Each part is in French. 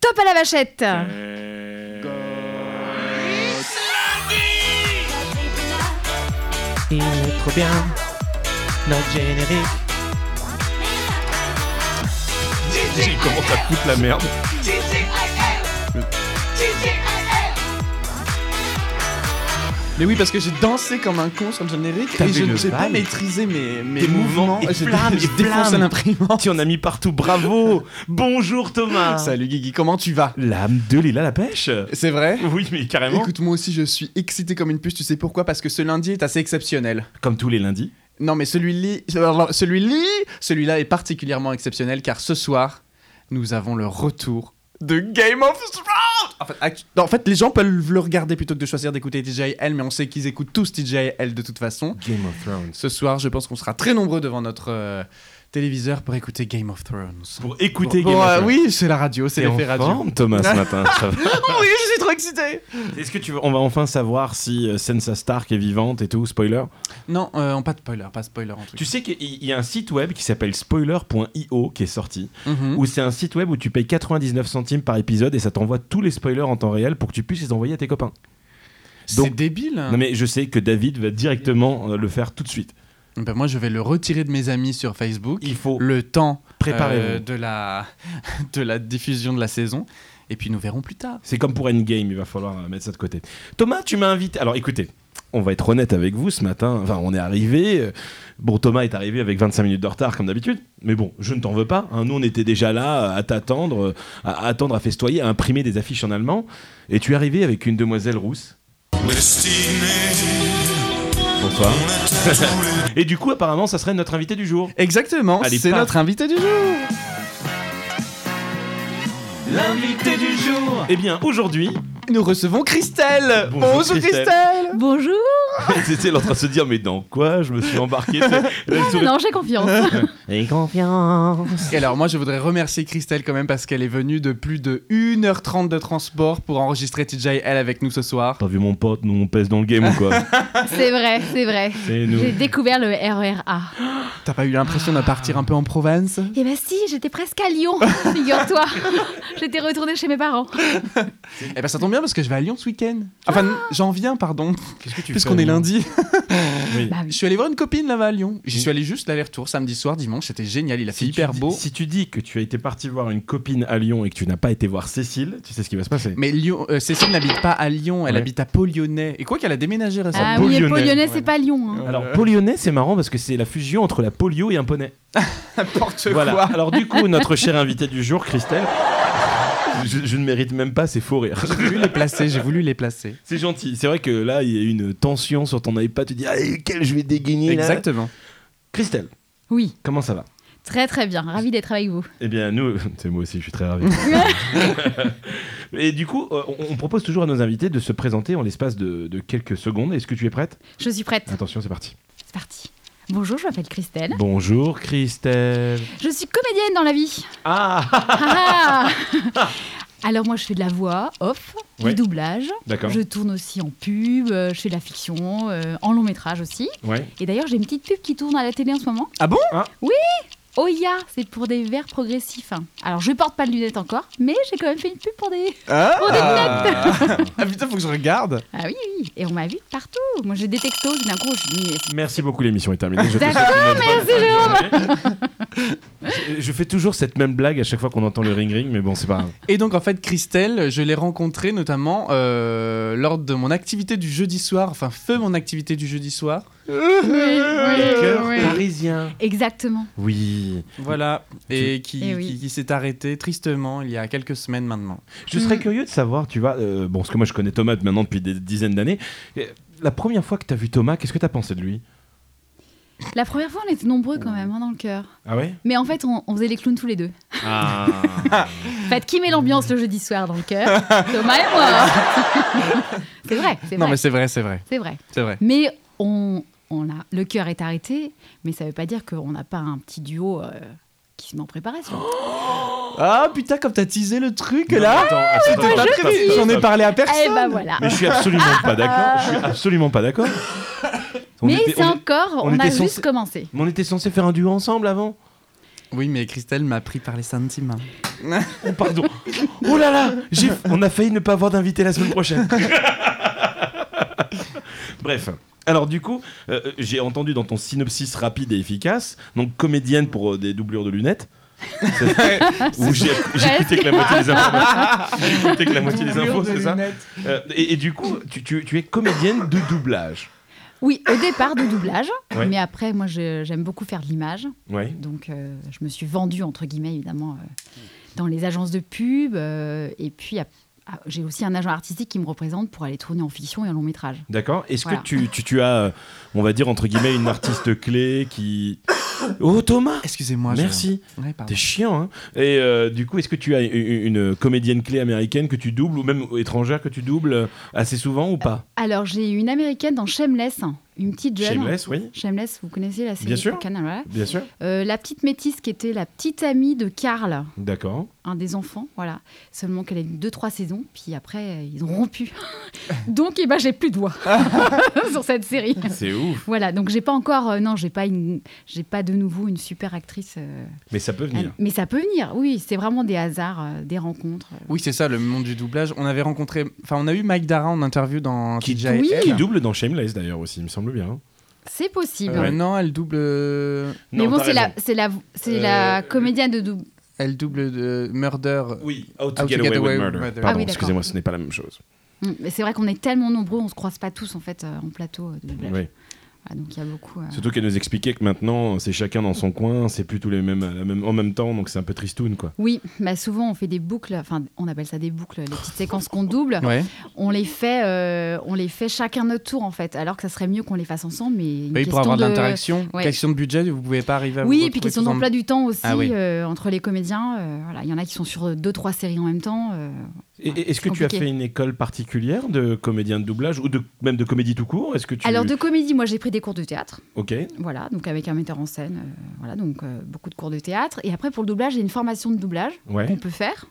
Top à la vachette Euh. Il est trop bien, notre générique. Il commence à foutre la merde. Mais oui, parce que j'ai dansé comme un con sur le générique T'avais et je le ne sais pas vibe. maîtriser mes, mes Tes mouvements mouvements. et J'ai flammes, j'ai et défoncé flammes. l'imprimante. Tu en as mis partout, bravo Bonjour Thomas Salut Guigui, comment tu vas L'âme de Lila la pêche C'est vrai Oui, mais carrément. Écoute, moi aussi je suis excité comme une puce, tu sais pourquoi Parce que ce lundi est assez exceptionnel. Comme tous les lundis. Non mais celui-là celui celui-là est particulièrement exceptionnel car ce soir, nous avons le retour de Game of Thrones en fait, actu- non, en fait, les gens peuvent le regarder plutôt que de choisir d'écouter TJL, mais on sait qu'ils écoutent tous TJL de toute façon. Game of Thrones. Ce soir, je pense qu'on sera très nombreux devant notre euh, téléviseur pour écouter Game of Thrones. Pour écouter Bon, Game of euh, Thrones. Oui, c'est la radio, c'est T'es en l'effet radio. forme, Thomas ce matin. ça va. oui, je suis trop excité Est-ce que tu veux... on va enfin savoir si euh, Sansa Stark est vivante et tout Spoiler. Non, euh, pas de spoiler, pas de spoiler en tout Tu cas. sais qu'il il y a un site web qui s'appelle spoiler.io qui est sorti, Mhm. où c'est un site web où tu payes 99 centimes par épisode et ça t'envoie tous les spoilers en temps réel pour que tu puisses les envoyer à tes copains. C'est Donc- débile. hein. Non mais je sais que David va directement euh, le faire tout de suite. Ben, moi, je vais le retirer de mes amis sur Facebook. Il faut Le temps préparer. euh, de, la, de la diffusion de la saison. Et puis nous verrons plus tard. C'est comme pour Endgame, il va falloir euh, mettre ça de côté. Thomas, tu m'as invité. Alors écoutez, on va être honnête avec vous ce matin. Enfin, on est arrivé. euh, Bon, Thomas est arrivé avec 25 minutes de retard comme d'habitude. Mais bon, je ne t'en veux pas. hein. Nous, on était déjà là euh, à t'attendre, euh, à à attendre, à festoyer, à imprimer des affiches en allemand. Et tu es arrivé avec une demoiselle rousse. Bonsoir. et du coup, apparemment, ça serait notre invité du jour. Exactement, Allez, c'est pas- notre invité du jour. L'invité du jour Eh bien, aujourd'hui, Nous recevons Christelle. Bonjour, Christelle. Christelle. Bonjour c'était en train de se dire, mais dans quoi je me suis embarqué c'est- Elle sourit- Non, j'ai confiance Et confiance Et alors moi je voudrais remercier Christelle quand même parce qu'elle est venue de plus de 1h30 de transport pour enregistrer TJL avec nous ce soir. T'as vu mon pote, nous on pèse dans le game ou quoi C'est vrai, c'est vrai. C'est nous. J'ai découvert le E RERA. T'as pas eu l'impression de partir un peu en Provence Eh ben si, j'étais presque à Lyon, figure-toi J'étais retournée chez mes parents. Eh ben ça tombe bien parce que je vais à Lyon ce week-end. Enfin Ah j'en viens pardon, Qu'est-ce que tu puisqu'on est lundi. Ah Oui. Bah, Je suis allé voir une copine là-bas à Lyon. J'y suis allé juste l'aller-retour samedi soir, dimanche, c'était génial, il a fait tu hyper dis- beau. Si tu dis que tu as été parti voir une copine à Lyon et que tu n'as pas été voir Cécile, tu sais ce qui va se passer. Mais Lyon, euh, Cécile n'habite pas à Lyon, elle Ouais. habite à Pau Lyonnais. Et quoi qu'elle a déménagé récemment. ah Pau oui, et le Lyonnais. Pau Lyonnais, c'est pas Lyon. hein. Alors, polionais, c'est marrant parce que c'est la fusion entre la polio et un poney. N'importe voilà. quoi. Alors, du coup, notre chère invitée du jour, Christelle, je, je ne mérite même pas ces faux rires. J'ai voulu les placer, j'ai voulu les placer. C'est gentil. C'est vrai que là, il y a une tension sur ton iPad. Tu dis, ah, quel je vais dégainer là. Exactement. Christelle, Oui, comment ça va très très bien, ravi d'être avec vous. Eh bien, nous, c'est moi aussi, je suis très ravi. Et du coup, euh, on on propose toujours à nos invités de se présenter en l'espace de, de quelques secondes. Est-ce que tu es prête Je suis prête, Attention, c'est parti. c'est parti. Bonjour, je m'appelle Christelle. Bonjour Christelle. Je suis comédienne dans la vie. Ah Ah Alors moi, je fais de la voix off, Ouais. du doublage. D'accord. Je tourne aussi en pub, euh, je fais de la fiction, euh, en long métrage aussi. Ouais. Et d'ailleurs, j'ai une petite pub qui tourne à la télé en ce moment. Ah bon Ah. Oui Oya, c'est pour des verres progressifs. hein. Alors, je porte pas de lunettes encore, mais j'ai quand même fait une pub pour Oh, des. Ah, Pour des ah putain, faut que je regarde. Ah oui, oui. Et on m'a vu partout. Moi, j'ai des textos, d'un coup, je me dis, mais Merci beaucoup, l'émission est terminée. Je te D'accord, souhaite une bonne fin de journée. Je- Je fais toujours cette même blague à chaque fois qu'on entend le ring-ring, mais bon, c'est pas grave. Et donc en fait Christelle, je l'ai rencontrée notamment euh, lors de mon activité du jeudi soir, enfin feu mon activité du jeudi soir. Oui, Euh, oui, oui. parisien. Exactement. Oui. Voilà, et qui, Eh oui. qui- qui s'est arrêtée tristement il y a quelques semaines maintenant. Je serais Mm. curieux de savoir, tu vois, euh, bon, parce que moi je connais Thomas maintenant depuis des dizaines d'années. Euh, La première fois que t'as vu Thomas, qu'est-ce que t'as pensé de lui La première fois, on était nombreux quand même, hein, dans le cœur. Ah ouais Mais en fait, on, on faisait les clowns tous les deux. Ah En fait, qui met l'ambiance le jeudi soir dans le cœur Thomas et moi C'est vrai, c'est Non vrai. mais c'est vrai, c'est vrai, C'est vrai. c'est vrai. Mais on, on a, le cœur est arrêté, mais ça ne veut pas dire qu'on n'a pas un petit duo euh, qui se m'en préparait. sur- Oh, Ah putain, comme t'as teasé le truc là T'as pas prévu, J'en ai parlé à personne Eh ben voilà. Mais je suis absolument pas d'accord. Je suis absolument pas d'accord. On Mais était- c'est on- encore, on on, a était censé- juste commencé. mais on était censé faire un duo ensemble avant. Oui, mais Christelle m'a pris par les centimes. Oh, pardon. Oh là là j'ai- On a failli ne pas avoir d'invité la semaine prochaine. Bref. Alors du coup, euh, j'ai entendu dans ton synopsis rapide et efficace, donc comédienne pour euh, des doublures de lunettes, où j'ai j'ai écouté que la moitié des infos. J'ai écouté que la moitié des infos, c'est ça Euh, et, et du coup, tu, tu- tu es comédienne de doublage. Oui, au départ de doublage, Ouais. mais après, moi, je- j'aime beaucoup faire de l'image. Oui. Donc, euh, je me suis vendue, entre guillemets, évidemment, euh, dans les agences de pub. euh, et puis, ap- ah, j'ai aussi un agent artistique qui me représente pour aller tourner en fiction et en long métrage. D'accord. Est-ce Voilà. que tu, tu- tu as, euh, on va dire entre guillemets, une artiste clé qui... Oh Thomas Excusez-moi. je- Merci. Ouais, pardon. T'es chiant, hein Et euh, du coup, est-ce que tu as u- u- une, comédienne clé américaine que tu doubles, ou même étrangère que tu doubles euh, assez souvent ou pas Alors, j'ai une américaine dans Shameless, une petite jeune. Shameless, oui. Shameless, vous connaissez la série Bien sûr. sur Canal, voilà. Bien sûr. Euh, la petite métisse qui était la petite amie de Karl, D'accord. un des enfants, voilà. Seulement qu'elle a eu deux, trois saisons, puis après, euh, ils ont rompu. Donc, eh ben, j'ai plus de voix sur cette série. C'est ouf. Voilà, donc j'ai pas encore, euh, non, j'ai pas, une- j'ai pas de nouveau une super actrice. euh, Mais ça peut elle- venir. mais ça peut venir, oui, c'est vraiment des hasards, euh, des rencontres. Oui, c'est ça, le monde du doublage. On avait rencontré. Enfin, on a eu Mike Dara en interview dans Qui- TJL. Oui. Qui double dans Shameless d'ailleurs aussi, il me semble bien. hein. C'est possible. Euh, Non, elle double. euh, Mais Non, bon, t'as c'est la, raison. c'est la, c'est Euh, la comédienne de double. Elle double de Murder. Oui, How to, How to get, Get Away, Away with with Murder. Pardon, Murder. Ah oui, d'accord. excusez-moi, ce n'est pas la même chose. Mm, Mais c'est vrai qu'on est tellement nombreux, on se croise pas tous en fait euh, en plateau euh, de doublage. Oui. Voilà, donc il y a beaucoup. euh, Surtout qu'elle nous expliquait que maintenant, c'est chacun dans son coin, c'est plus tous les mêmes, la même- en même temps, donc c'est un peu tristoun, quoi. Oui, bah souvent on fait des boucles, enfin on appelle ça des boucles, les petites séquences qu'on double, Ouais. on les fait, euh, on les fait chacun notre tour en fait, alors que ça serait mieux qu'on les fasse ensemble, mais une Bah oui, question pour avoir de de- l'interaction. ouais. Question de budget, vous pouvez pas arriver à vous Oui, et puis retrouver question tous en- d'emploi du temps aussi Ah oui. euh, entre les comédiens. euh, voilà, il y en a qui sont sur deux trois séries en même temps. euh, Et- Ouais, et- Est-ce que c'est tu as compliqué. fait une école particulière de comédien de doublage ou de, même de comédie tout court Est-ce que tu Alors de comédie, moi j'ai pris des cours de théâtre, Ok. voilà, donc avec un metteur en scène, euh, voilà, donc euh, beaucoup de cours de théâtre. Et après pour le doublage, j'ai une formation de doublage Ouais. qu'on peut faire,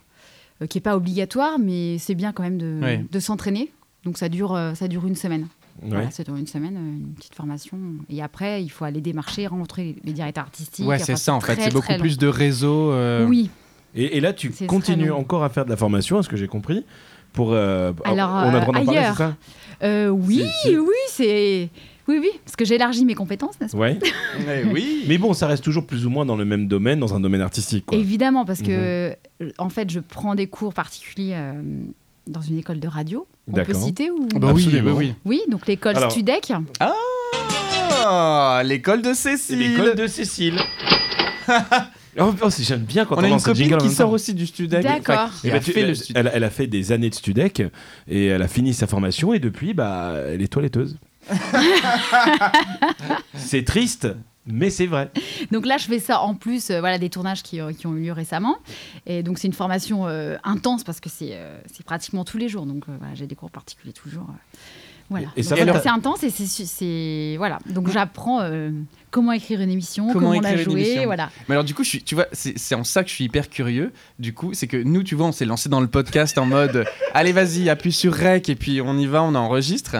euh, qui est pas obligatoire, mais c'est bien quand même de, Ouais. de s'entraîner. Donc ça dure, euh, ça dure une semaine. ouais. Voilà, c'est dans une semaine, euh, une petite formation. Et après, il faut aller démarcher, rencontrer les directeurs artistiques. Ouais, Enfin, c'est ça en fait. très, C'est beaucoup très long. plus de réseau. euh, Oui, Et, et là, tu C'est continues très long. encore à faire de la formation, à ce que j'ai compris, pour. euh, Alors, on a le droit euh, d'en parler, ailleurs. c'est ça Euh, oui, C'est- c'est- oui, c'est. Oui, oui, parce que j'élargis mes compétences, n'est-ce pas Ouais. Eh oui. Mais bon, ça reste toujours plus ou moins dans le même domaine, dans un domaine artistique, quoi. Évidemment, parce que, Mhm. euh, en fait, je prends des cours particuliers euh, dans une école de radio. On peut D'accord. citer ou... Bah oui, Absolument. bah oui. Oui, donc l'école Alors- Studec. Ah, l'école de C'est Cécile. l'école de Cécile. oh, oh, c'est- j'aime bien quand on, On a une lance le copine jingle en qui même temps. sort aussi du Studec. D'accord. Enfin, qui Eh a ben, tu- fait elle, le Studec. elle- elle a fait des années de Studec et elle a fini sa formation et depuis, bah, elle est toiletteuse. c'est triste, mais c'est vrai. Donc là, je fais ça en plus euh, voilà, des tournages qui, euh, qui ont eu lieu récemment. Et donc, c'est une formation euh, intense parce que c'est euh, c'est pratiquement tous les jours. Donc, euh, voilà, j'ai des cours particuliers tous les jours. euh. Voilà. Et- et ça Donc, va, c'est t'as- assez intense et c'est- c'est- c'est. Voilà. Donc, j'apprends euh, comment écrire une émission, Comment comment, la écrire une jouer. émission. Voilà. Mais alors du coup, je suis, tu vois, c'est c'est en ça que je suis hyper curieux. Du coup, c'est que nous, tu vois, on s'est lancé dans le podcast en mode, allez vas-y, appuie sur rec et puis on y va, on enregistre.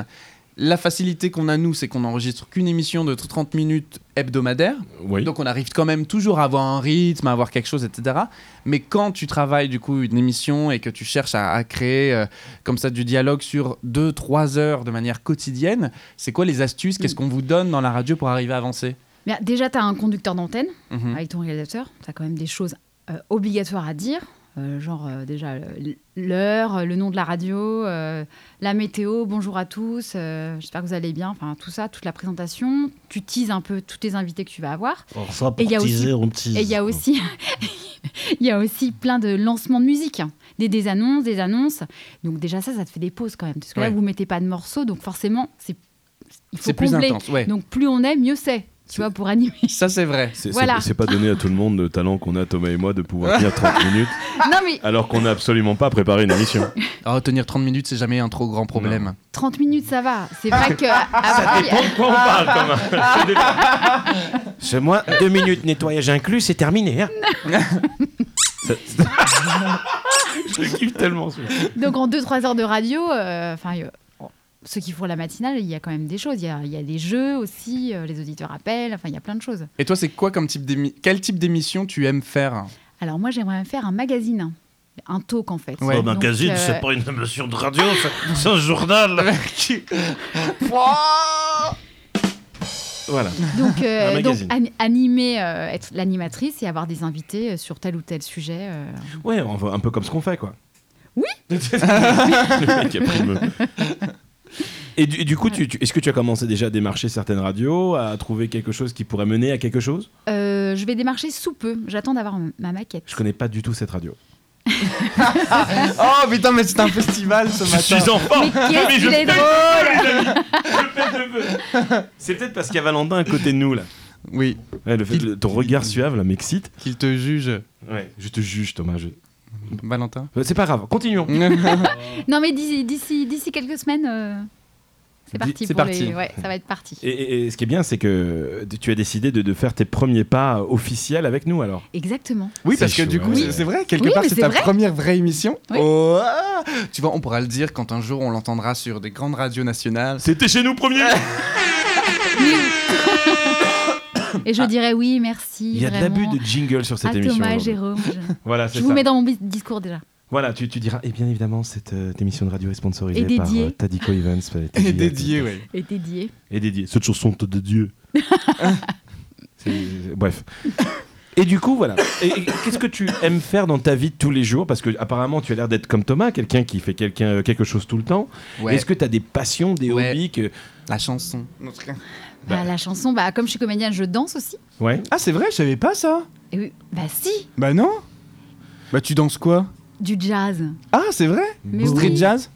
La facilité qu'on a nous, c'est qu'on enregistre qu'une émission de 30 minutes hebdomadaire. Oui. Donc on arrive quand même toujours à avoir un rythme, à avoir quelque chose, etc. Mais quand tu travailles du coup une émission et que tu cherches à, à créer euh, comme ça du dialogue sur 2-3 heures de manière quotidienne, c'est quoi les astuces Qu'est-ce qu'on vous donne dans la radio pour arriver à avancer Mais ah, déjà, tu as un conducteur d'antenne Mhm. avec ton réalisateur. Tu as quand même des choses euh, obligatoires à dire. euh, genre euh, déjà euh, l'heure, euh, le nom de la radio, euh, la météo, bonjour à tous, euh, j'espère que vous allez bien, enfin tout ça, toute la présentation, tu teases un peu tous tes invités que tu vas avoir. Et il y a aussi, et il y a aussi, il y a aussi plein de lancements de musique, hein. des, des annonces, des annonces. Donc déjà ça, ça te fait des pauses quand même, parce que là Ouais. vous mettez pas de morceaux, donc forcément c'est il faut C'est plus combler. intense, ouais. Donc plus on est, mieux c'est. Tu vois, pour animer. Ça, c'est vrai. C'est c'est- Voilà. c'est pas donné à tout le monde le talent qu'on a, Thomas et moi, de pouvoir tenir 30 minutes Ah Non, mais alors qu'on n'a absolument pas préparé une émission. Oh, tenir 30 minutes, c'est jamais un trop grand problème. 30 minutes, ça va. C'est vrai que. après- on parle, Chez moi, deux minutes nettoyage inclus, c'est terminé. hein. Je kiffe tellement. celui-là. donc, en 2-3 heures de radio, euh, enfin, euh, ceux qui font la matinale, il y a quand même des choses. Il y a, il y a des jeux aussi, euh, les auditeurs appellent, enfin, il y a plein de choses. Et toi, c'est quoi comme type d'émission Quel type d'émission tu aimes faire Alors, moi, j'aimerais faire un magazine, un talk en fait. Ouais. Donc, magazine, euh, Ah c'est pas une émission de radio, c'est- c'est un journal. Voilà. Donc, euh, Un donc magazine. an- animer, euh, être l'animatrice et avoir des invités euh, sur tel ou tel sujet. euh. Ouais, on va un peu comme ce qu'on fait, quoi. Oui. Le mec a pris le- Et du, du coup, tu- tu- est-ce que tu as commencé déjà à démarcher certaines radios, à trouver quelque chose qui pourrait mener à quelque chose Euh, je vais démarcher sous peu. J'attends d'avoir m- ma maquette. Je connais pas du tout cette radio. Oh putain, mais c'est un festival ce matin. en Mais qu'est-ce qu'il est drôle C'est peut-être parce qu'il y a Valentin à côté de nous, là. Oui, Ouais, le fait, le- ton regard suave, là, m'excite. qu'il te juge, Ouais. Je te juge, Thomas. je- Valentin. Euh, C'est pas grave, continuons. Non, mais d'ici, d'ici, d'ici quelques semaines, euh, c'est parti. c'est pour parti. les- Ouais, ça va être parti. Et, et- et ce qui est bien, c'est que euh, tu as décidé de, de faire tes premiers pas euh, officiels avec nous, alors. Exactement. Oui, C'est parce que du chaud, coup, ouais. c'est- c'est vrai, quelque Oui, part, mais c'est c'est ta vrai. première vraie émission. Oui. Oh, ah. tu vois, on pourra le dire quand un jour on l'entendra sur des grandes radios nationales. C'était chez nous premier Ah, Et je dirais oui, merci. Il y a de vraiment, l'abus de jingle sur cette à émission. Thomas, aujourd'hui. Jérôme. Je, Voilà, je c'est vous ça. mets dans mon bis- discours déjà. Voilà, tu, tu diras. Et bien évidemment, cette euh, émission de radio est sponsorisée Et par dédiée. euh, Tadico Evans. euh, Et dédiée. dédié, ouais. Et dédié. Et dédiée. Cette chanson te de Dieu. Bref. Et du coup, voilà. Et, et qu'est-ce que tu aimes faire dans ta vie de tous les jours Parce que apparemment, tu as l'air d'être comme Thomas, quelqu'un qui fait quelqu'un, euh, quelque chose tout le temps. Ouais, Est-ce que tu as des passions, des Ouais. hobbies que... la chanson. Bah. Bah, la chanson, bah, comme je suis comédienne, je danse aussi. Ouais. Ah, c'est vrai, je savais pas ça. Et oui, bah si, Bah non. Bah tu danses quoi du jazz. Ah, c'est vrai Mais Street oui. jazz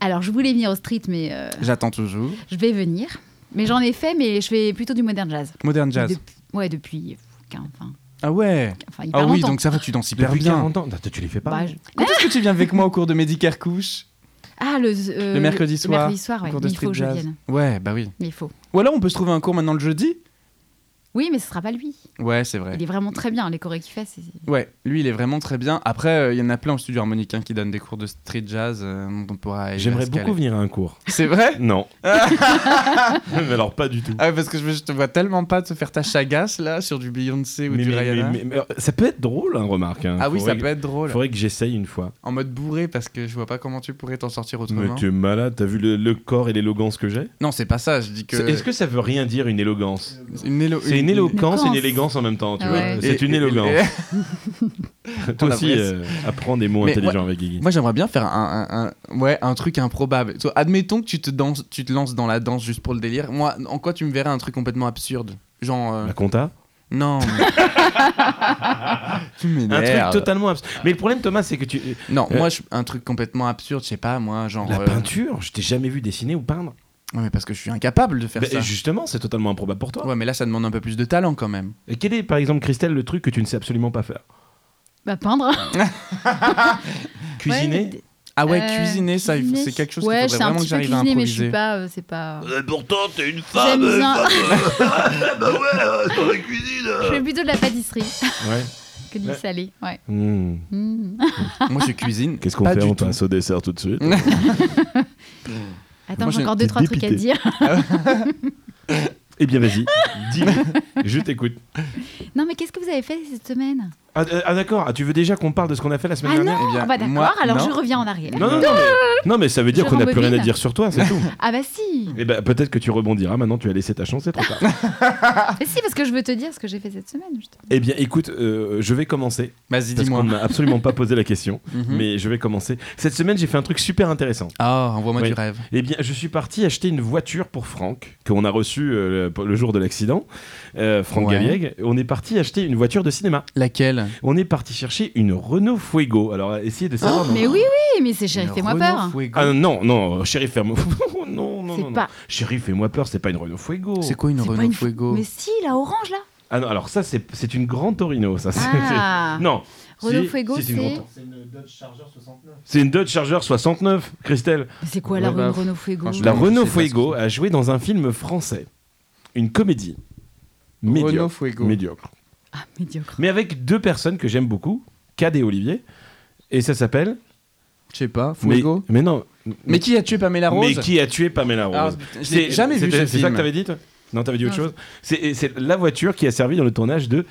Alors, je voulais venir au street, mais euh, J'attends toujours. je vais venir. Mais j'en ai fait, mais je fais plutôt du modern jazz. Modern jazz. Depuis- ouais, depuis quinze- enfin, Ah ouais. enfin, hyper Ah oui, longtemps. donc ça va, tu danses hyper Depuis bien. 40 ans. Attends, Tu les fais pas Bah, je- Quand est-ce que tu viens avec moi au cours de Medicare Couche Ah, le, euh, Le mercredi soir, Le mercredi soir, Au Ah ouais. cours Mais de il street faut que je jazz vienne. Ouais, bah oui. Mais il faut. Ou alors on peut se trouver un cours maintenant le jeudi Oui, mais ce sera pas lui. Ouais, c'est vrai. Il est vraiment très bien. Les chorés qu'il fait, c'est. Ouais, lui il est vraiment très bien. Après, euh, il y en a plein au studio harmonique hein, qui donnent des cours de street jazz. euh, dont on pourra aller J'aimerais se caler. beaucoup venir Mm. à un cours. C'est vrai Non. mais alors, pas du tout. ah, ouais, Parce que je, je te vois tellement pas te faire ta chagasse là sur du Beyoncé ou Mais- du mais- Rihanna. mais- mais- mais- ça peut être drôle, hein, remarque. hein. hein? ah oui, Faudrait ça que- peut être drôle. Faudrait que j'essaye une fois. En mode bourré parce que je vois pas comment tu pourrais t'en sortir Mais autrement. tu es malade, t'as vu le, le corps et l'élégance que j'ai Non, c'est pas ça. Je dis que. C'est- Est-ce que ça veut rien dire une élégance une élo- C'est une éloquence et une Éloquence. élégance en même temps, tu Ah vois. ouais. C'est Et- une et- élégance. et- Toi la aussi, vraie- euh, apprends des mots Mais intelligents avec Guigui. Moi, j'aimerais bien faire un, un- un- ouais, un truc improbable. So, admettons que tu te, danses, tu te lances dans la danse juste pour le délire. Moi, en quoi tu me verrais un truc complètement absurde Genre. euh, La compta Non. tu Un truc m'énerves. totalement abs- Ah. Mais le problème, Thomas, c'est que tu. Non, Euh, moi, je- un truc complètement absurde, je sais pas, moi, genre. La euh, peinture, je t'ai jamais vu dessiner ou peindre. Ouais, mais parce que je suis incapable de faire Bah, ça. justement, c'est totalement improbable pour toi. Ouais, mais là, ça demande un peu plus de talent quand même. Et quel est, par exemple, Christelle, le truc que tu ne sais absolument pas faire Bah, peindre. Cuisiner Ouais, Ah ouais, Euh, cuisiner, ça, il faut- cuisiner. c'est quelque chose ouais, qu'il je sais faudrait un vraiment que petit peu j'arrive à cuisiner, mais je improviser. suis pas. euh, c'est pas. Euh, pourtant, t'es une femme. J'aime euh, bien. Eh ben Bah ouais, euh, dans la cuisine. Je euh. fais plutôt de la pâtisserie Ouais. que du Ouais. salé. Ouais. Hmm. Mm. Moi, je cuisine. Qu'est-ce qu'on pas fait du On tout. passe au dessert tout de suite. Attends, Moi, j'ai j'ai encore deux été trois trucs à dépité. dire. Eh bien, vas-y, dis-le. Je t'écoute. Non, mais qu'est-ce que vous avez fait cette semaine Ah, euh, ah, d'accord, Ah, tu veux déjà qu'on parle de ce qu'on a fait la semaine Ah dernière non, eh bien, bah d'accord. moi, alors non. je reviens en arrière. non, non, non, mais, non, mais ça veut dire Je qu'on n'a plus rien à rembobine. dire sur toi, c'est tout. Ah bah si. Eh ben, peut-être que tu rebondiras. Maintenant, tu as laissé ta chance, c'est trop tard. Mais bah si, parce que je veux te dire ce que j'ai fait cette semaine. justement. eh bien, écoute, euh, je vais commencer Vas-y, parce qu'on dis-moi. ne m'a absolument pas posé la question, Mhm. mais je vais commencer. Cette semaine, j'ai fait un truc super intéressant. Ah, envoie-moi Oui. du rêve. Eh bien, je suis parti acheter une voiture pour Franck qu'on a reçue euh, le, le jour de l'accident. Euh, Franck Ouais. Galliègue. On est parti acheter une voiture de cinéma. Laquelle On est parti chercher une Renault Fuego. Alors, essayez de savoir. Oh, mais oui, oui, mais c'est chéri, Oh, Une fais-moi Renault peur. Fuego. Ah non, non, euh, Chéri, ferme. non, non, non. non. C'est pas. Chéri, fais-moi peur, c'est pas une Renault Fuego. C'est quoi une c'est pas Renault une- Fuego Mais si, la orange là. Ah non, alors ça, c'est c'est une grande Torino, ça. c'est- Ah. c'est- Non. Renault Si, Fuego, si, c'est. une grande- C'est une Dodge Charger 69, Christelle. Mais C'est quoi Ouais, la bah, Renault Fuego franchement, La Non, je Renault sais pas Fuego ce a joué dans un film français. Une comédie. Renault Médiocre. Fuego. Médiocre. Ah, médiocre. Mais avec deux personnes que j'aime beaucoup, Cad et Olivier. Et ça s'appelle. Je sais pas, Mais, Fuego mais non, Mais qui a tué Pamela Rose Mais qui a tué Pamela Rose Ah, putain, je l'ai jamais vu c'était- ce C'est ça que film. t'avais dit, toi Non, t'avais dit autre Non, chose C'est et c'est la voiture qui a servi dans le tournage de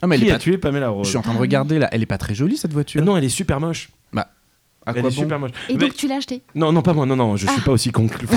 Ah, mais elle Qui est a pas- tué Pamela Je Rose Ah suis en train de regarder là, elle est pas très jolie cette voiture. Non, elle est super moche. à Elle quoi est bon super moche. Et Mais- donc tu l'as acheté Non, non, pas moi, non, non, je Ah. suis pas aussi concluant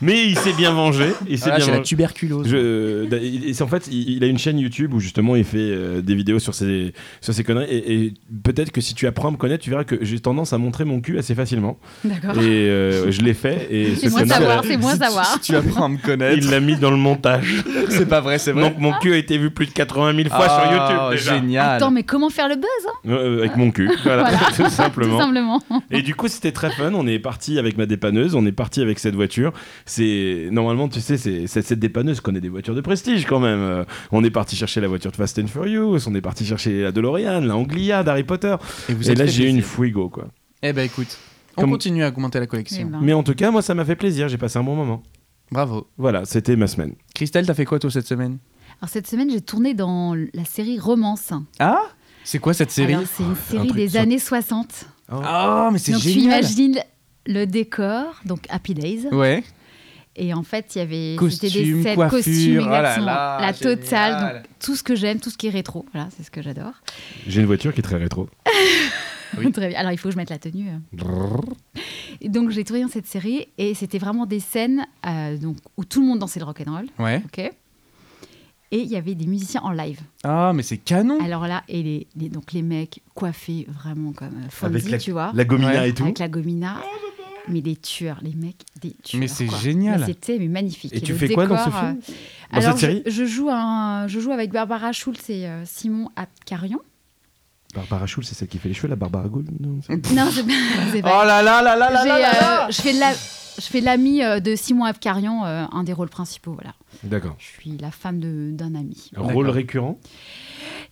Mais il s'est bien vengé. Il s'est Ah, bien j'ai la vengé. tuberculose. Je- d'a- il- il- c'est en fait, il, il a une chaîne YouTube où justement il fait euh, des vidéos sur ses, sur ses conneries. Et, et peut-être que si tu apprends à me connaître, tu verras que j'ai tendance à montrer mon cul assez facilement. D'accord. Et euh, je l'ai fait. Et ce Ah. C'est moi connard, savoir, c'est moi savoir. tu apprends à me il connaître. l'a mis dans le montage. C'est pas vrai, c'est vrai. Donc mon cul a été vu plus de 80 000 fois sur Ah, YouTube. Déjà. Génial. Attends, mais comment faire le buzz hein, Euh, avec mon cul, voilà, Voilà. tout Tout simplement. simplement. Et du coup, c'était très fun. On est parti avec ma dépanneuse, on est parti avec cette voiture. C'est normalement, tu sais, c'est c'est- cette dépanneuse connaît des voitures de prestige quand même. Euh, on est parti chercher la voiture de Fast and Furious, on est parti chercher la DeLorean, la Anglia d'Harry Potter. Et, vous Et êtes là, fait j'ai eu une plaisir. Fuego quoi. Eh ben écoute, on Comme- continue à augmenter la Eh collection. ben. Mais en tout cas, moi, ça m'a fait plaisir. J'ai passé un bon moment. Bravo. Voilà, c'était ma semaine. Christelle, t'as fait quoi toi cette semaine Alors cette semaine, j'ai tourné dans la série Romance. Ah C'est quoi cette série Ah, Alors, C'est une série truc des sur- années 60. Ah, mais c'est Donc génial. tu imagines le décor, donc Happy Days. Ouais. Et en fait, il y avait Costumes, c'était des sets, coiffures, costumes, oh là exactement. là, la génial. totale, donc tout ce que j'aime, tout ce qui est rétro. Voilà, c'est ce que j'adore. J'ai une voiture qui est très rétro. Oui. Très bien. Alors, il faut que je mette la tenue. hein. Et donc, j'ai tourné dans cette série et c'était vraiment des scènes euh, donc, où tout le monde dansait le rock'n'roll. Ouais. OK et il y avait des musiciens en live. Ah, mais c'est Mm. canon. Alors là, et les, les- donc les mecs coiffés vraiment comme euh, Fonzie, Avec la- tu vois. La gomina Ouais. et tout. avec la gomina. Mais des tueurs, les mecs, des tueurs. Mais c'est quoi. génial. Mais C'était mais magnifique. Et tu le fais quoi dans ce décor, film euh, Dans Alors, cette série je, je joue un, je joue avec Barbara Schultz et euh, Simon Abkarian. Barbara Schulz, c'est celle qui fait les cheveux, la Barbara Gould. non, c'est- Non, c'est pas. c'est Oh pas- là là là là là J'ai, là là. euh, Je fais de la- je fais de l'ami euh, de Simon Abkarian, euh, un des rôles principaux. Voilà. D'accord. Je suis la femme de- d'un ami. Rôle récurrent.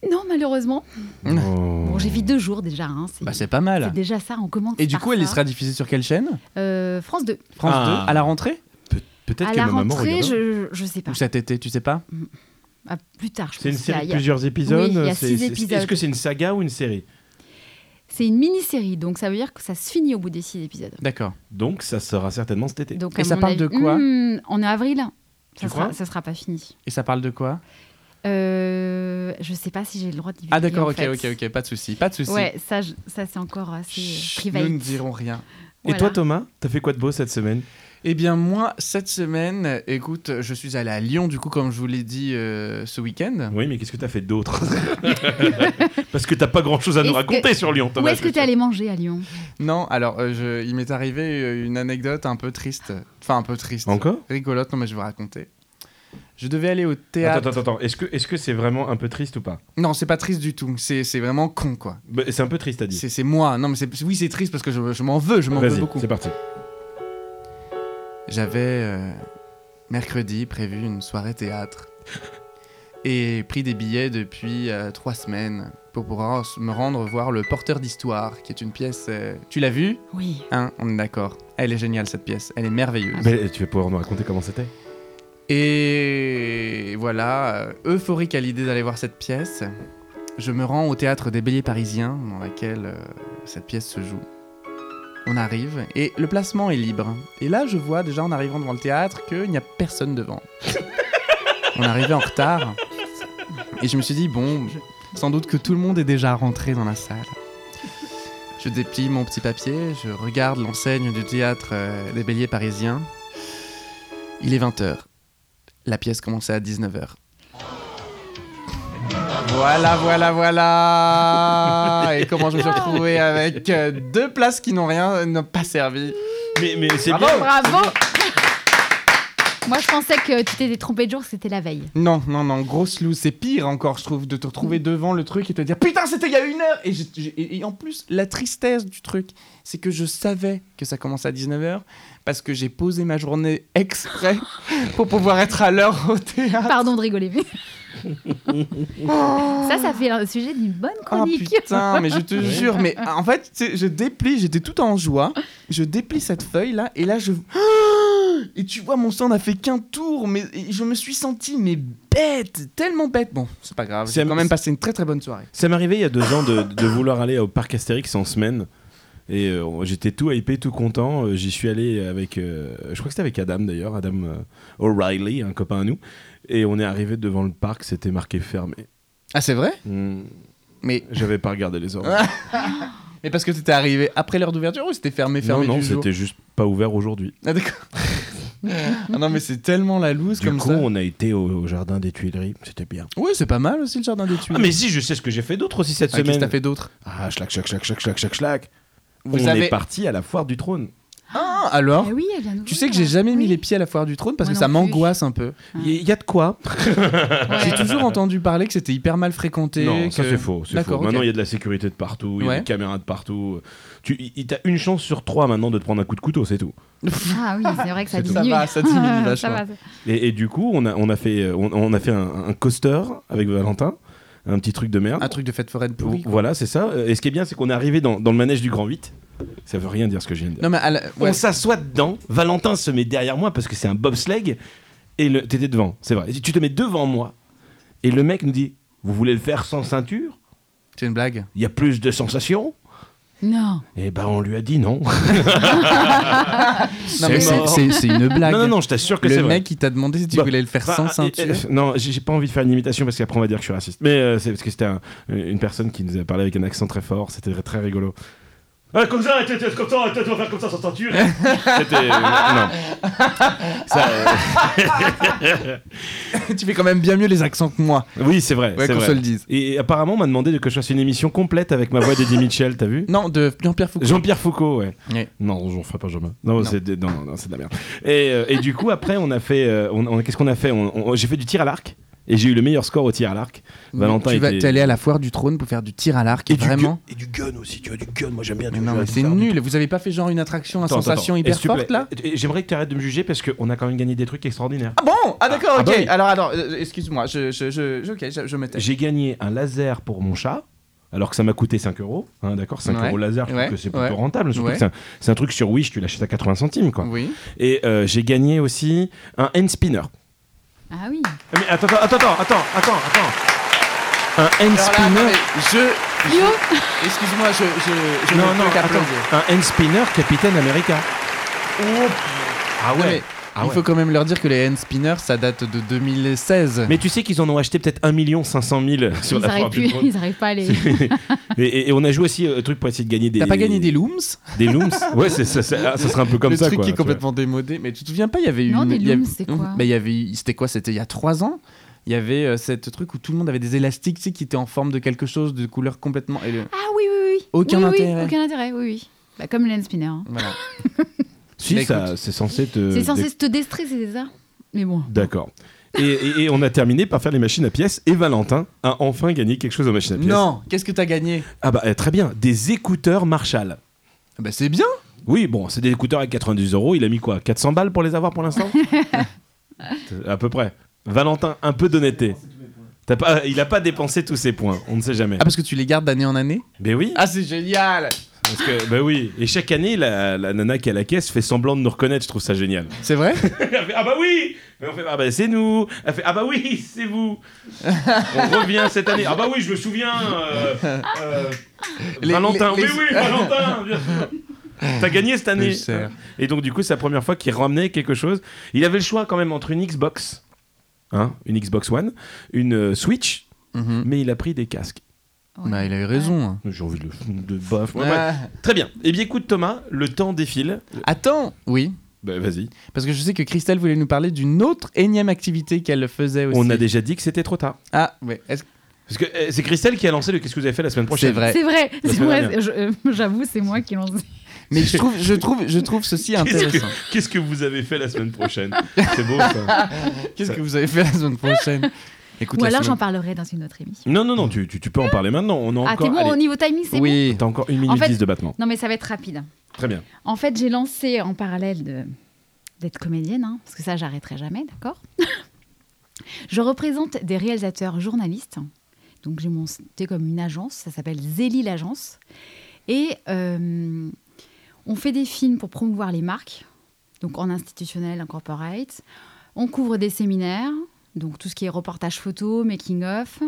Oh, Non, malheureusement. Bon, j'ai vu deux jours déjà. hein, c'est, Bah c'est pas c'est mal. déjà ça, on commence. Et du par coup, elle ça. sera diffusée sur quelle chaîne Euh, France 2. France Ah. 2 à la rentrée Peut-être À que la ma maman rentrée, regardera. je, je sais pas. ou cet été, tu sais pas À plus tard, je C'est une pense. Il y a- série il de y a- plusieurs épisodes il y a c'est- six c'est- épisodes. Est-ce que c'est une saga ou une série C'est une mini-série, donc ça veut dire que ça se finit au bout des six épisodes. D'accord. Donc ça sera certainement cet été. Donc, Et à ça mon parle avis- de quoi Hmm, On est avril. Tu Ça sera, crois ça sera pas fini. Et ça parle de quoi Euh, je sais pas si j'ai le droit de divulguer, Ah d'accord, en ok, fait. ok, ok, pas de souci, pas de souci. Ouais, ça, je- ça c'est encore assez euh, Chut, privé. nous ne dirons rien. Et toi Thomas, t'as fait quoi de beau cette semaine Eh bien moi, cette semaine, écoute, je suis allé à Lyon du coup comme je vous l'ai dit euh, ce week-end. Oui, mais qu'est-ce que t'as fait d'autre Parce que t'as pas grand-chose à nous Est-ce raconter que- sur Lyon, Où Thomas. est-ce que t'es allé manger à Lyon Non, alors euh, je- il m'est arrivé euh, une anecdote un peu triste. Enfin un peu triste. Encore Rigolote, non mais je vais raconter. Je devais aller au théâtre. Attends, attends, attends. Est-ce que est-ce que c'est vraiment un peu triste ou pas Non, c'est pas triste du tout. C'est c'est vraiment con quoi. Bah, C'est un peu triste à dire. C'est c'est moi. Non mais c'est- oui c'est triste parce que je, je m'en veux, je m'en veux Vas-y, beaucoup. c'est parti. J'avais euh, mercredi prévu une soirée théâtre et pris des billets depuis euh, trois semaines pour pouvoir s- me rendre voir Le Porteur d'Histoire, qui est une pièce. euh, tu l'as vue Oui. Hein On est d'accord. Elle est géniale cette pièce, elle est merveilleuse. Mais tu vas pouvoir nous raconter comment c'était Et voilà, euh, euphorique à l'idée d'aller voir cette pièce, je me rends au théâtre des Béliers Parisiens, dans laquelle euh, cette pièce se joue. On arrive, et le placement est libre. Et là, je vois déjà en arrivant devant le théâtre qu'il n'y a personne devant. On arrivait en retard, et je me suis dit, bon, sans doute que tout le monde est déjà rentré dans la salle. Je déplie mon petit papier, je regarde l'enseigne du théâtre euh, des Béliers Parisiens. Il est 20h. La pièce commençait à 19h. Voilà, voilà, voilà Et comment je me suis retrouvé avec euh, deux places qui n'ont rien, euh, n'ont pas servi. Mais, mais c'est Bravo. bien. Bravo Moi je pensais que tu t'étais trompé de jour, c'était la veille. Non, non, non, grosse loose, c'est pire encore, je trouve, de te retrouver devant le truc et te dire Putain, c'était il y a une heure et, j'ai- j'ai- et- et en plus, la tristesse du truc, c'est que je savais que ça commençait à 19h parce que j'ai posé ma journée exprès pour pouvoir être à l'heure au théâtre. Pardon de rigoler. ça, ça fait le sujet d'une bonne Oh chronique. putain, mais je te Ouais. jure, mais en fait, tu sais, je déplie, j'étais tout en joie, je déplie cette feuille là, et là je. Et tu vois, mon sang n'a fait qu'un tour, mais et je me suis senti mais bête, tellement bête. Bon, c'est pas grave, C'est- j'ai quand même passé une très très bonne soirée. Ça m'est arrivé il y a deux ans de, de vouloir aller au parc Astérix en semaine. Et euh, j'étais tout hypé, tout content. Euh, J'y suis allé avec, euh, je crois que c'était avec Adam d'ailleurs, Adam euh, O'Reilly, un copain à nous. Et on est arrivé devant le parc, c'était marqué fermé. Ah, c'est vrai Hmm, mais, J'avais pas regardé les Ah, heures. mais parce que t'étais arrivé après l'heure d'ouverture ou c'était fermé, non, fermé non, du jour c'était juste pas ouvert aujourd'hui. Ah, d'accord. ah non, mais c'est tellement la loose Du comme coup, ça. on a été au, au jardin des Tuileries, c'était bien. Oui, c'est pas mal aussi le jardin des Tuileries. Ah, mais si, je sais ce que j'ai fait d'autre aussi cette Ah, qu'est-ce que semaine. t'as fait d'autre Ah, schlac, schlac, schlac, schlac, schlac, schlac, schlac. Vous on avez- est parti à la foire du trône. Ah, alors Eh oui, elle vient Tu sais que j'ai jamais mis les pieds à la foire du trône parce Moi que non ça plus. m'angoisse un peu. Ah. Il y, a de quoi J'ai toujours entendu parler que c'était hyper mal fréquenté. Non, ça que- c'est faux. c'est D'accord, faux. ok. Maintenant, il y a de la sécurité de partout, il y Ouais. a des caméras de partout. Tu il- il- t'as une chance sur trois maintenant de te prendre un coup de couteau, c'est tout. Ah oui, c'est vrai que ça C'est tout. diminue. Ça va, ça diminue vachement. va, Et, et du coup, on a, on a fait, euh, on, on a fait un, un coaster avec Valentin, un petit truc de merde. Un truc de fête foraine Ou- pourri. quoi. Voilà, c'est ça. Euh, Et ce qui est bien, c'est qu'on est arrivé dans, dans le manège du Grand 8. Ça veut rien dire ce que je viens de dire. Non, mais à la- ouais. On Oh. s'assoit dedans, Valentin se met derrière moi parce que c'est un bobsleigh, et le... t'étais devant, c'est vrai. Et Tu te mets devant moi, et le mec nous dit Vous voulez le faire sans ceinture c'est une blague. Il y a plus de sensations Non. Et ben on lui a dit non. Non, mais c'est- mort. c'est c'est une blague. Non, non, non, je t'assure que c'est Le vrai. mec, il t'a demandé si tu Bah, voulais le faire sans Enfin, euh, ceinture. euh, non, j'ai j'ai pas envie de faire une imitation parce qu'après on va dire que je suis raciste. Mais euh, c'est parce que c'était un- une personne qui nous a parlé avec un accent très fort, c'était très rigolo. Ah, comme ça, t'es- t'es- comme ça, t'es- tu vas faire comme ça sans ceinture. c'était. euh, non. Ça, euh, tu fais quand même bien mieux les accents que moi. oui, c'est vrai. Ouais, c'est qu'on vrai. se le dise. Et apparemment, on m'a demandé de que je fasse une émission complète avec ma voix d'Eddie Mitchell, t'as vu Non, de Jean-Pierre Foucault. Jean-Pierre Foucault, ouais. Ouais. Non, j'en ferai pas jamais. Non, c'est de, non, non, c'est de la merde. Et, euh, et du coup, après, on a fait. euh, on, on- Qu'est-ce qu'on a fait On- on- J'ai fait du tir à l'arc et j'ai eu le meilleur score au tir à l'arc. Valentin tu vas était- t'es allé à la foire du trône pour faire du tir à l'arc, vraiment Et du gun aussi, tu as du gun, moi j'aime bien. Mais tu non, vois, mais tu c'est sors du- nul. Vous avez pas fait genre une attraction à Attends, sensation attends, hyper est-ce que tu forte plais- là Et- et J'aimerais que tu arrêtes de me juger parce qu'on a quand même gagné des trucs extraordinaires. Ah bon Ah d'accord, Ah, ok. bah oui. Alors, alors, euh, excuse-moi, je, je, je, je- ok, je, je me tais. J'ai gagné un laser pour mon chat. Alors que ça m'a coûté 5 euros, hein, d'accord 5 Ouais. euros laser, je trouve Ouais. que c'est plutôt Ouais. rentable. surtout Ouais. que c'est un- c'est un, truc sur Wish, tu l'achètes à 80 centimes. Quoi. Oui. Et euh, j'ai gagné aussi un hand spinner. Ah oui. Mais attends, attends, attends, attends, attends, attends. Un hand Alors là, spinner. attendez, je, Yo excuse-moi, je, je, je non, ne non, peux attends. qu'applaudir. Un hand spinner Capitaine America. Oh, Ah Non, mais Ah il ouais. faut quand même leur dire que les hand spinners, ça date de 2016. Mais tu sais qu'ils en ont acheté peut-être 1 500 000 sur Ils la arrivent foire plus, du trône. ils arrivent pas à les. et, et- et on a joué aussi euh, un truc pour essayer de gagner des. T'as pas gagné des looms Des looms Ouais, c'est, ça, ça- ah, ça serait un peu comme Le ça truc quoi. qui est tu complètement démodé. Mais tu te souviens pas, il y avait eu Non, une- des il y avait- looms, c'est quoi Bah, il y avait, eu- c'était quoi C'était il y a trois ans. Il y avait euh, cette truc où tout le monde avait des élastiques, tu sais, qui étaient en forme de quelque chose, de couleur complètement. Et le- Ah oui, oui, oui. Aucun Oui, oui, intérêt. aucun intérêt, oui, oui. Bah, comme le hand spinner. hein. Voilà. vois. Si, Bah, ça- écoute. c'est censé te. Euh, c'est censé te déstresser, c'est ça Mais bon. D'accord. Et, et- et on a terminé par faire les machines à pièces et Valentin a enfin gagné quelque chose aux machines à pièces. Non, qu'est-ce que t'as gagné Ah bah euh, très bien, des écouteurs Marshall. Bah c'est bien. Oui, bon, c'est des écouteurs à 90 euros. Il a mis quoi 400 balles pour les avoir pour l'instant À peu près. Valentin, un peu d'honnêteté. T'as pas, il a pas dépensé tous ses points, on ne sait jamais. bah. Ah parce que tu les gardes d'année en année Ben oui, Ah c'est génial. parce que, ben oui. Et chaque année, la, la nana qui est à la caisse fait semblant de nous reconnaître, je trouve ça génial. C'est vrai Elle fait, ah bah oui Et on fait, ah bah c'est nous Elle fait, ah bah oui, c'est vous On revient cette année. Ah bah oui, je me souviens euh, euh, Les- Valentin, les- oui, les- oui, Valentin, bien sûr T'as gagné cette année Je sais. Et donc, du coup, c'est la première fois qu'il ramenait quelque chose. Il avait le choix quand même entre une Xbox, hein, une Xbox One, une euh, Switch, Mhm. mais il a pris des casques. Ouais. Bah il a eu raison. hein. J'ai envie de, de baf. Ouais, ouais. Ah. Très bien. Eh bien, écoute, Thomas, le temps défile. Attends, oui. Bah, vas-y. Parce que je sais que Christelle voulait nous parler d'une autre énième activité qu'elle faisait aussi. On a déjà dit que c'était trop tard. Ah, ouais. Est-ce- Parce que euh, c'est Christelle qui a lancé le Qu'est-ce que vous avez fait la semaine prochaine C'est vrai. C'est vrai, La c'est semaine vrai. dernière. je- euh, J'avoue, c'est moi qui lance. Mais je trouve, je trouve, je trouve ceci Qu'est-ce que, intéressant. qu'est-ce que vous avez fait la semaine prochaine C'est beau ça. Qu'est-ce que vous avez fait la semaine prochaine Écoute, Ou la alors semaine- j'en parlerai dans une autre émission. Non, non, non, tu, tu- tu peux en parler maintenant. On Ah, a t'es encore, bon allez, au niveau timing, c'est bon Oui. t'as encore une minute fait- 10 de battement. Non, mais ça va être rapide. Très bien. En fait, j'ai lancé en parallèle de- d'être comédienne, hein, parce que ça, j'arrêterai jamais, d'accord Je représente des réalisateurs journalistes. Donc, j'ai monté comme une agence, ça s'appelle Zélie l'agence. Et euh, on fait des films pour promouvoir les marques, donc en institutionnel, en corporate. On couvre des séminaires, donc tout ce qui est reportage photo, making-of.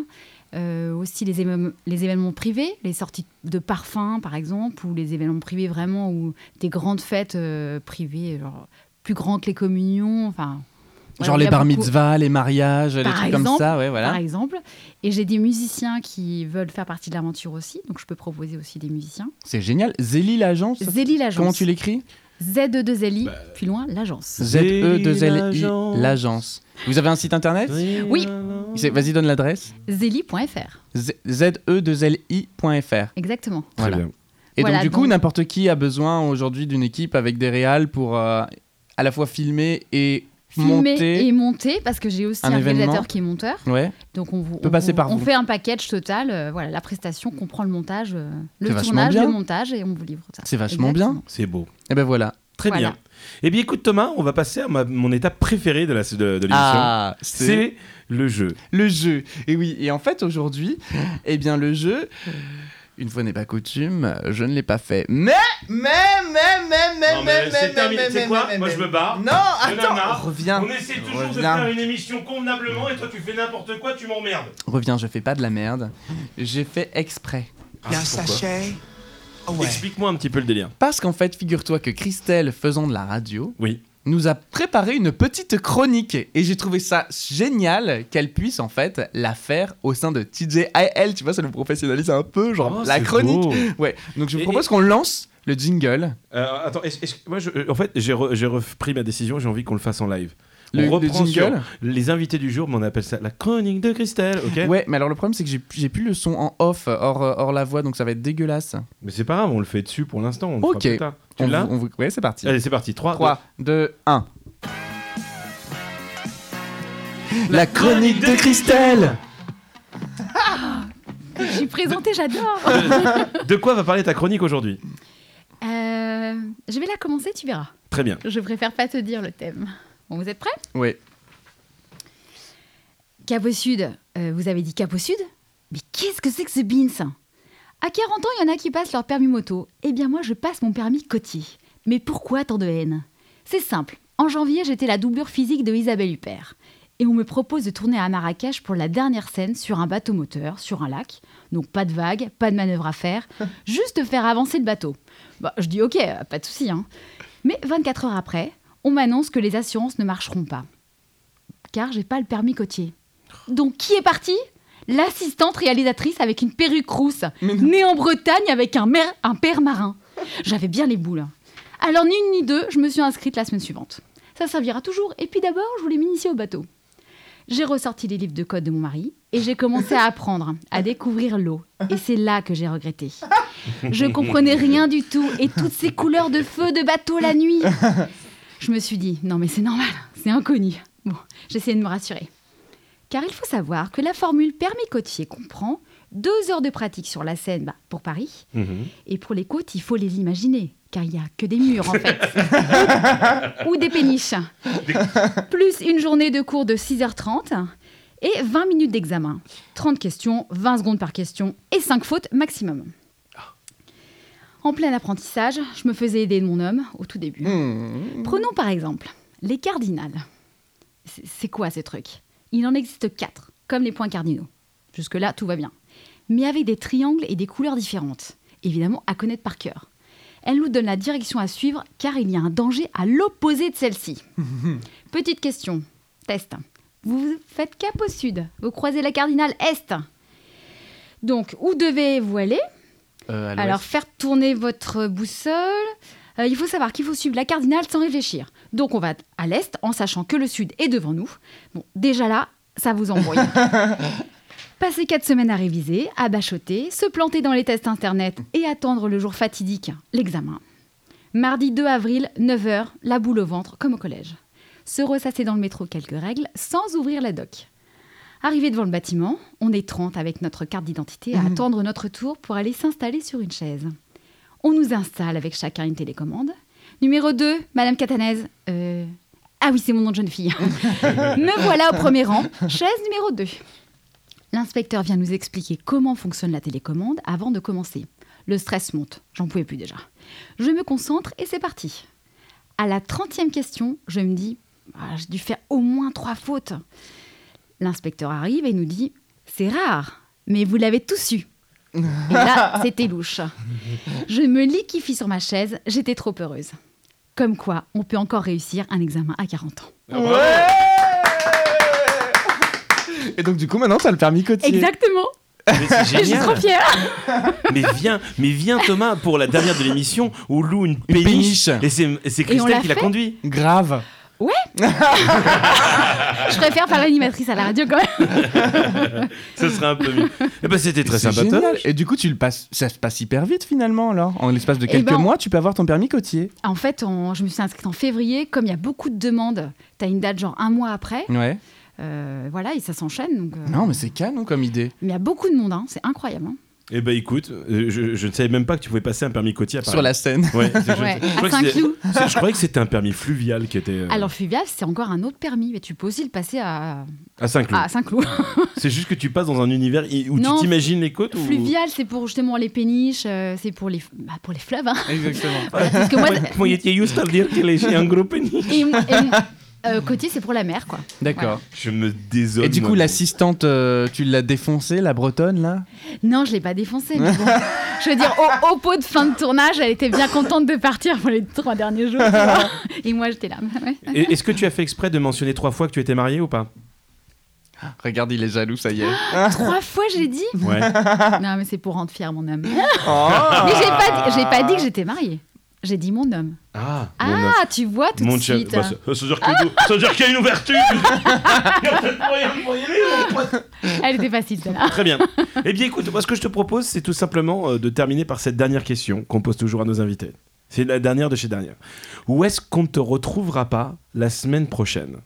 euh, aussi les, éve- les événements privés, les sorties de parfums par exemple, ou les événements privés vraiment, ou des grandes fêtes euh, privées, genre plus grands que les communions, enfin. voilà, Genre il y les a bar beaucoup- mitzvahs, les mariages, les Par trucs comme exemple, ça, ouais, par voilà. exemple. Et j'ai des musiciens qui veulent faire partie de l'aventure aussi, donc je peux proposer aussi des musiciens. C'est génial. Zélie l'agence. Zélie Comment l'agence. tu Bah, l'écris E Z2 Zélie, puis loin, l'agence. Z-E-2-L-I, l'agence. l'agence. Vous avez un site internet Oui. C'est- Vas-y, donne l'adresse. Zélie.fr, Z- E ze2li.fr. exactement. Très Voilà. bien. Et Voilà, donc, du coup, donc- n'importe qui a besoin aujourd'hui d'une équipe avec des réals pour euh, à la fois filmer et Filmer monter. et monter, parce que j'ai aussi un un, événement. réalisateur qui est monteur. Ouais, Donc on, vous, peut on passer vous- par on vous. fait un package total, euh, voilà, la prestation comprend le montage, euh, C'est le vachement tournage, bien. le montage et on vous livre ça. c'est vachement bien. C'est beau. Et ben voilà. Très Voilà. bien. Eh bien, écoute, Thomas, on va passer à ma- mon étape préférée de la- de- de l'émission. Ah, c'est c'est le jeu. le jeu. Et oui, et en fait aujourd'hui, eh bien le jeu, une fois n'est pas coutume, je ne l'ai pas fait. Mais, mais, mais, mais, mais, Non, mais mais, c'est mais, terminé. mais, Tu sais mais, quoi mais, Moi, mais, je me barre. Non, Le attends, nana. reviens. On essaie toujours de Reviens. faire une émission convenablement et toi tu fais n'importe quoi, tu m'emmerdes. Reviens, je fais pas de la merde. J'ai fait exprès. D'un sachet. Ah ouais. Explique-moi un petit peu le délire. Parce qu'en fait, figure-toi que Christelle, faisant de la radio, Oui. nous a préparé une petite chronique et j'ai trouvé ça génial qu'elle puisse en fait la faire au sein de TJIL. Tu vois, ça nous professionnalise un peu, genre la chronique. Ouais, donc je Oh, Et- vous propose qu'on lance le jingle. Euh, attends, est-ce- est-ce que- moi, je- euh, en fait, j'ai re- j'ai repris ma décision, j'ai envie qu'on le fasse en live. On Le, le reprend sur jingle. les invités du jour, mais on appelle ça la chronique de Christelle, ok Ouais, mais alors le problème c'est que j'ai- j'ai plus le son en off, hors, euh, hors la voix, donc ça va être dégueulasse. Mais c'est pas grave, on le fait dessus pour l'instant, on le Ok. fera plus tard. Tu on l'as vous- on vous- Ouais, c'est parti. Allez, c'est parti, 3, 3, 2, 1. La chronique de Christelle Je suis présentée, j'adore. De quoi va parler ta chronique aujourd'hui Euh, je vais la commencer, tu verras. Très bien. Je préfère pas te dire le thème. Bon, vous êtes prêts Ouais. Cap au Sud, euh, vous avez dit Cap au Sud Mais qu'est-ce que c'est que ce beans À 40 ans, il y en a qui passent leur permis moto. Eh bien moi, je passe mon permis côtier. Mais pourquoi tant de haine C'est simple. En janvier, j'étais la doublure physique de Isabelle Huppert. Et on me propose de tourner à Marrakech pour la dernière scène sur un bateau moteur, sur un lac. Donc pas de vagues, pas de manœuvre à faire, juste faire avancer le bateau. Bah, je dis ok, euh, pas de souci. Hein. Mais 24 heures après, on m'annonce que les assurances ne marcheront pas. Car j'ai pas le permis côtier. Donc qui est parti L'assistante réalisatrice avec une perruque rousse, née en Bretagne avec un, mère- un père marin. J'avais bien les boules. hein. Alors ni une ni deux, je me suis inscrite la semaine suivante. Ça servira toujours. Et puis d'abord, je voulais m'initier au bateau. J'ai ressorti les livres de code de mon mari et j'ai commencé à apprendre, à découvrir l'eau. Et c'est là que j'ai regretté. Je comprenais rien du tout et toutes ces couleurs de feu de bateau la nuit. Je me suis dit, non mais c'est normal, c'est inconnu. Bon, j'essayais de me rassurer. Car il faut savoir que la formule permis côtier comprend deux heures de pratique sur la Seine bah, pour Paris. Et pour les côtes, il faut les imaginer, car il n'y a que des murs en fait. Ou des péniches. Plus une journée de cours de 6h30 et 20 minutes d'examen. 30 questions, 20 secondes par question et 5 fautes maximum. En plein apprentissage, je me faisais aider de mon homme au tout début. Hmm. Prenons par exemple les cardinales. C'est c'est quoi ces trucs Il en existe quatre, comme les points cardinaux. Jusque-là, tout va bien. Mais avec des triangles et des couleurs différentes. Évidemment, à connaître par cœur. Elle nous donne la direction à suivre car il y a un danger à l'opposé de celle-ci. Petite question. Test. Vous faites cap au sud. Vous croisez la cardinale est. Donc, où devez-vous aller Euh, à l'ouest. alors, faire tourner votre boussole. Euh, il faut savoir qu'il faut suivre la cardinale sans réfléchir. Donc, on va à l'est en sachant que le sud est devant nous. Bon, déjà là, ça vous embrouille. Passer quatre semaines à réviser, à bachoter, se planter dans les tests internet et attendre le jour fatidique, l'examen. Mardi 2 avril, 9h, la boule au ventre, comme au collège. Se ressasser dans le métro quelques règles sans ouvrir la doc. Arrivé devant le bâtiment, on est 30 avec notre carte d'identité à Mhm. attendre notre tour pour aller s'installer sur une chaise. On nous installe avec chacun une télécommande. Numéro 2, Madame Catanaise. Euh, Ah oui, c'est mon nom de jeune fille. Me voilà au premier rang, chaise numéro 2. L'inspecteur vient nous expliquer comment fonctionne la télécommande avant de commencer. Le stress monte, j'en pouvais plus déjà. Je me concentre et c'est parti. À la 30e question, je me dis Ah, j'ai dû faire au moins trois fautes. L'inspecteur arrive et nous dit C'est rare, mais vous l'avez tous eu. Et là, c'était louche. Je me liquifie sur ma chaise, j'étais trop heureuse. Comme quoi, on peut encore réussir un examen à 40 ans. Ah, bravo. Ah, Et donc, du coup, maintenant, t'as le permis côtier. Exactement, Mais c'est je suis génial. trop fière. Mais viens, mais viens Thomas pour la dernière de l'émission où on loue une péniche. péniche. Et c'est, et c'est Christelle l'a qui l'a fait conduit. Grave. Je préfère faire l'animatrice à la radio quand même. Ce serait un peu mieux. Eh ben c'était très C'est sympa. Thomas. génial. Et du coup, tu le passes, ça se passe hyper vite finalement alors. En l'espace de Eh quelques ben, on- mois, tu peux avoir ton permis côtier. En fait, on- je me suis inscrite en février. Comme il y a beaucoup de demandes, tu as une date genre un mois après. Ouais. Euh, voilà, et ça s'enchaîne. donc, euh, Non, mais c'est canon comme idée. Mais il y a beaucoup de monde, hein, c'est incroyable. hein. Eh ben écoute, euh, je, je ne savais même pas que tu pouvais passer un permis côtier à Paris. Sur la scène. Ouais, je, je- Ouais, je à crois que c'est- Saint-Cloud. c'est- je croyais que c'était un permis fluvial qui était euh, Alors, fluvial, c'est encore un autre permis, mais tu peux aussi le passer à, à Saint-Cloud. à Saint-Cloud. C'est juste que tu passes dans un univers i- où ah. Non, tu t'imagines les côtes ou... Fluvial, c'est pour justement les péniches, euh, c'est pour les, bah, pour les fleuves. hein. Exactement. Parce que moi, Moi, j'étais juste à dire qu'il est un gros pénis. et, mon- et mon- euh, côtier, c'est pour la mer, quoi. D'accord. Je me désole. Et du moi. coup, l'assistante, euh, tu l'as défoncée, la bretonne là Non, je l'ai pas défoncé. mais bon. je veux dire, au, au pot de fin de tournage, elle était bien contente de partir pour les trois derniers jours. tu vois. Et moi, j'étais là. Ouais. Et- Est-ce que tu as fait exprès de mentionner trois fois que tu étais marié ou pas Regarde, il est jaloux, ça y est. Trois fois, je l'ai dit. Ouais. Non, mais c'est pour rendre fier mon homme. Ah. Mais j'ai pas, dit- j'ai pas dit que j'étais mariée. J'ai dit mon homme. Ah, Ah, tu vois tout Mon de chef, suite. bah, ça, ça veut dire qu'il y a une- ça veut dire qu'il y a une ouverture Il y a peut-être moyen de moyenner, mon pote. Elle était facile, celle-là. Très bien. Eh bien, écoute, moi, ce que je te propose, c'est tout simplement euh, de terminer par cette dernière question qu'on pose toujours à nos invités. C'est la dernière de chez Dernière. Où est-ce qu'on ne te retrouvera pas la semaine prochaine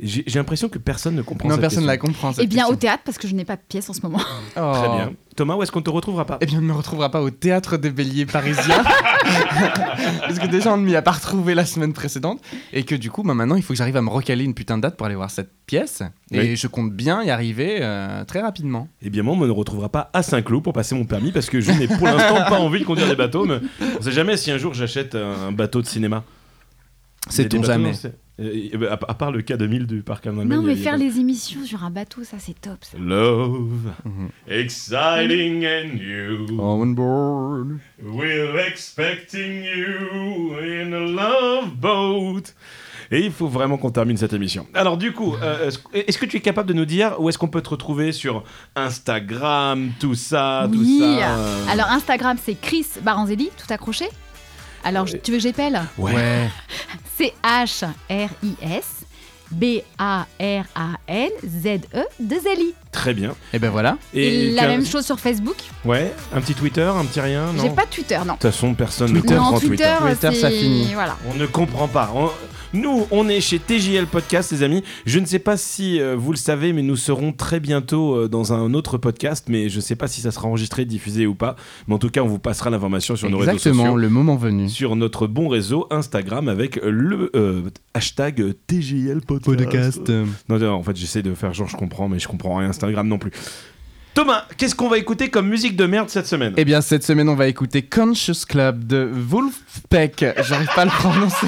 J'ai j'ai l'impression que personne ne comprend Non, cette personne ne la question. Ah, comprend. Eh cette bien, au question. théâtre, parce que je n'ai pas de pièce en ce moment. Oh. Très bien. Thomas, où est-ce qu'on ne te retrouvera pas Eh bien, on ne me retrouvera pas au théâtre des Béliers parisiens. Parce que déjà, on ne m'y a pas retrouvé la semaine précédente. Et que du coup, bah, maintenant, il faut que j'arrive à me recaler une putain de date pour aller voir cette pièce. Et Oui. je compte bien y arriver euh, très rapidement. Eh bien, moi, on ne me retrouvera pas à Saint-Cloud pour passer mon permis parce que je n'ai pour l'instant pas envie de conduire des bateaux. Mais on sait jamais si un jour j'achète un bateau de cinéma. C'est Il on y a des jamais. bateaux, c'est- Euh, euh, à, à part le cas de 1000 du parc Non, Amman. il y a- mais il y a faire pas- les émissions sur un bateau, ça, c'est top. ça. Love, Mhm. exciting and new. On board. We're expecting you in a love boat. Et il faut vraiment qu'on termine cette émission. Alors du coup, euh, est-ce- est-ce que tu es capable de nous dire où est-ce qu'on peut te retrouver sur Instagram, tout ça, Oui. tout ça euh, Alors, Instagram, c'est Chris Baranzelli, tout accroché. Alors, je- tu veux que j'épelle Ouais. C'est H-R-I-S. B-A-R-A-N-Z-E E de Zeli. Très bien. Et ben voilà. Et, la tu as- même chose sur Facebook. Ouais, un petit Twitter, un petit rien, non J'ai pas de Twitter, non. De toute façon, personne Twitter, ne non, comprend Twitter, Twitter, ça c'est- finit. Voilà. On ne comprend pas. On- Nous, on est chez TJL Podcast, les amis. Je ne sais pas si euh, vous le savez, mais nous serons très bientôt euh, dans un autre podcast. Mais je ne sais pas si ça sera enregistré, diffusé ou pas. Mais en tout cas, on vous passera l'information sur nos réseaux Exactement, sociaux. le moment venu. Sur notre bon réseau Instagram avec le euh, hashtag TJL Podcast. Non, non, en fait, j'essaie de faire genre je comprends, mais je comprends rien Instagram non plus. Thomas, qu'est-ce qu'on va écouter comme musique de merde cette semaine Eh bien, cette semaine, on va écouter Conscious Club de Wolfpack. J'arrive pas à le prononcer.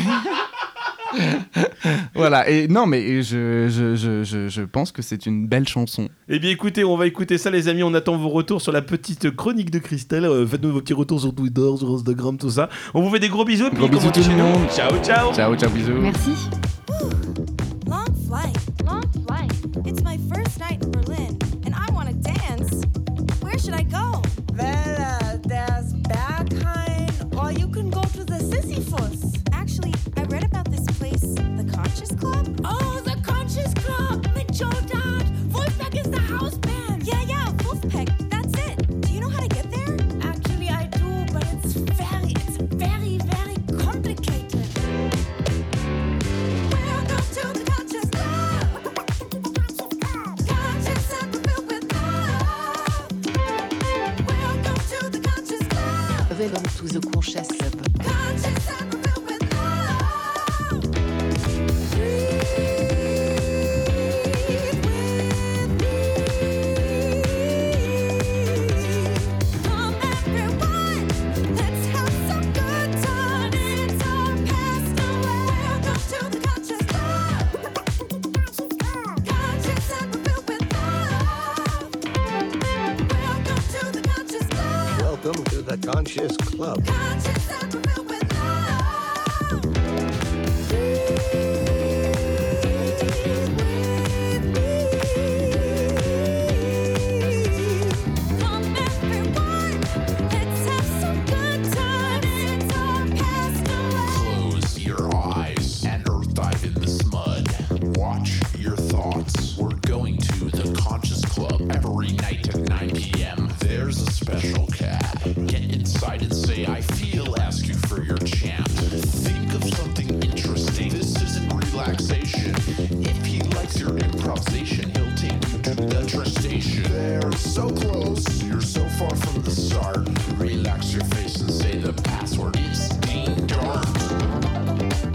voilà, et non, mais je, je, je, je, je pense que c'est une belle chanson. Eh bien écoutez, on va écouter ça les amis, on attend vos retours sur la petite chronique de Christelle. Euh, Faites-nous vos petits retours sur Twitter, sur Instagram, tout ça. On vous fait des gros bisous. et Gros puis, comme bisous on dit tout le chez nous, monde. Ciao, ciao. Ciao, ciao, bisous. Merci. Long flight. Long flight. It's my first night in Berlin, and I want to dance. Where should I go? Well, there's Berghain, or you can go to the Sisyphus. Actually, I read about this place, the Conscious Club. Oh, the Conscious Club with Joe Dart. Wolfpack is the house band. Yeah, yeah, Wolfpack. That's it. Do you know how to get there? Actually, I do, but it's very, it's very, very complicated. Welcome to the Conscious Club. Conscious and filled with love. Welcome to the Conscious Club. Welcome to the Conscious Club. Conscious and filled with love. Breathe with me. Come everyone, let's have some good time. It's our pastime. Welcome to the Conscious Club. Conscious and filled with love. Welcome to the Conscious Club. Conscious and filled with love. Come everyone, let's have some good times. It's all past away. Close your eyes and earth dive in the smud. Watch your thoughts. We're going to the Conscious Club every night at 9 p.m. There's a special cat. Get inside and say, I feel. Ask you for your chant. Think of something interesting. This isn't relaxation. If he likes your improvisation, he'll take you to the train station. They're so close. You're so far from the start. Relax your face and say the password is Dean Dart.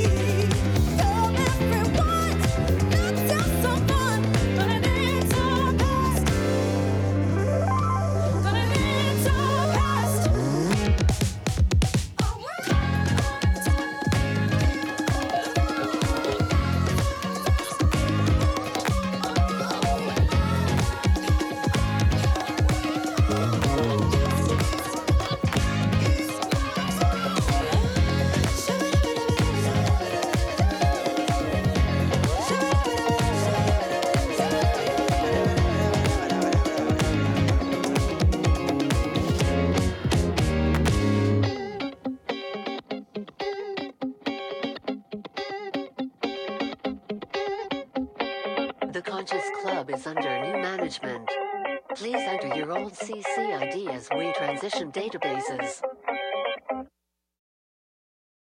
Tell everyone, not just someone, but it's our past. But it's our past. The Conscious Club is under new management. Please enter your old CC ID as we transition databases.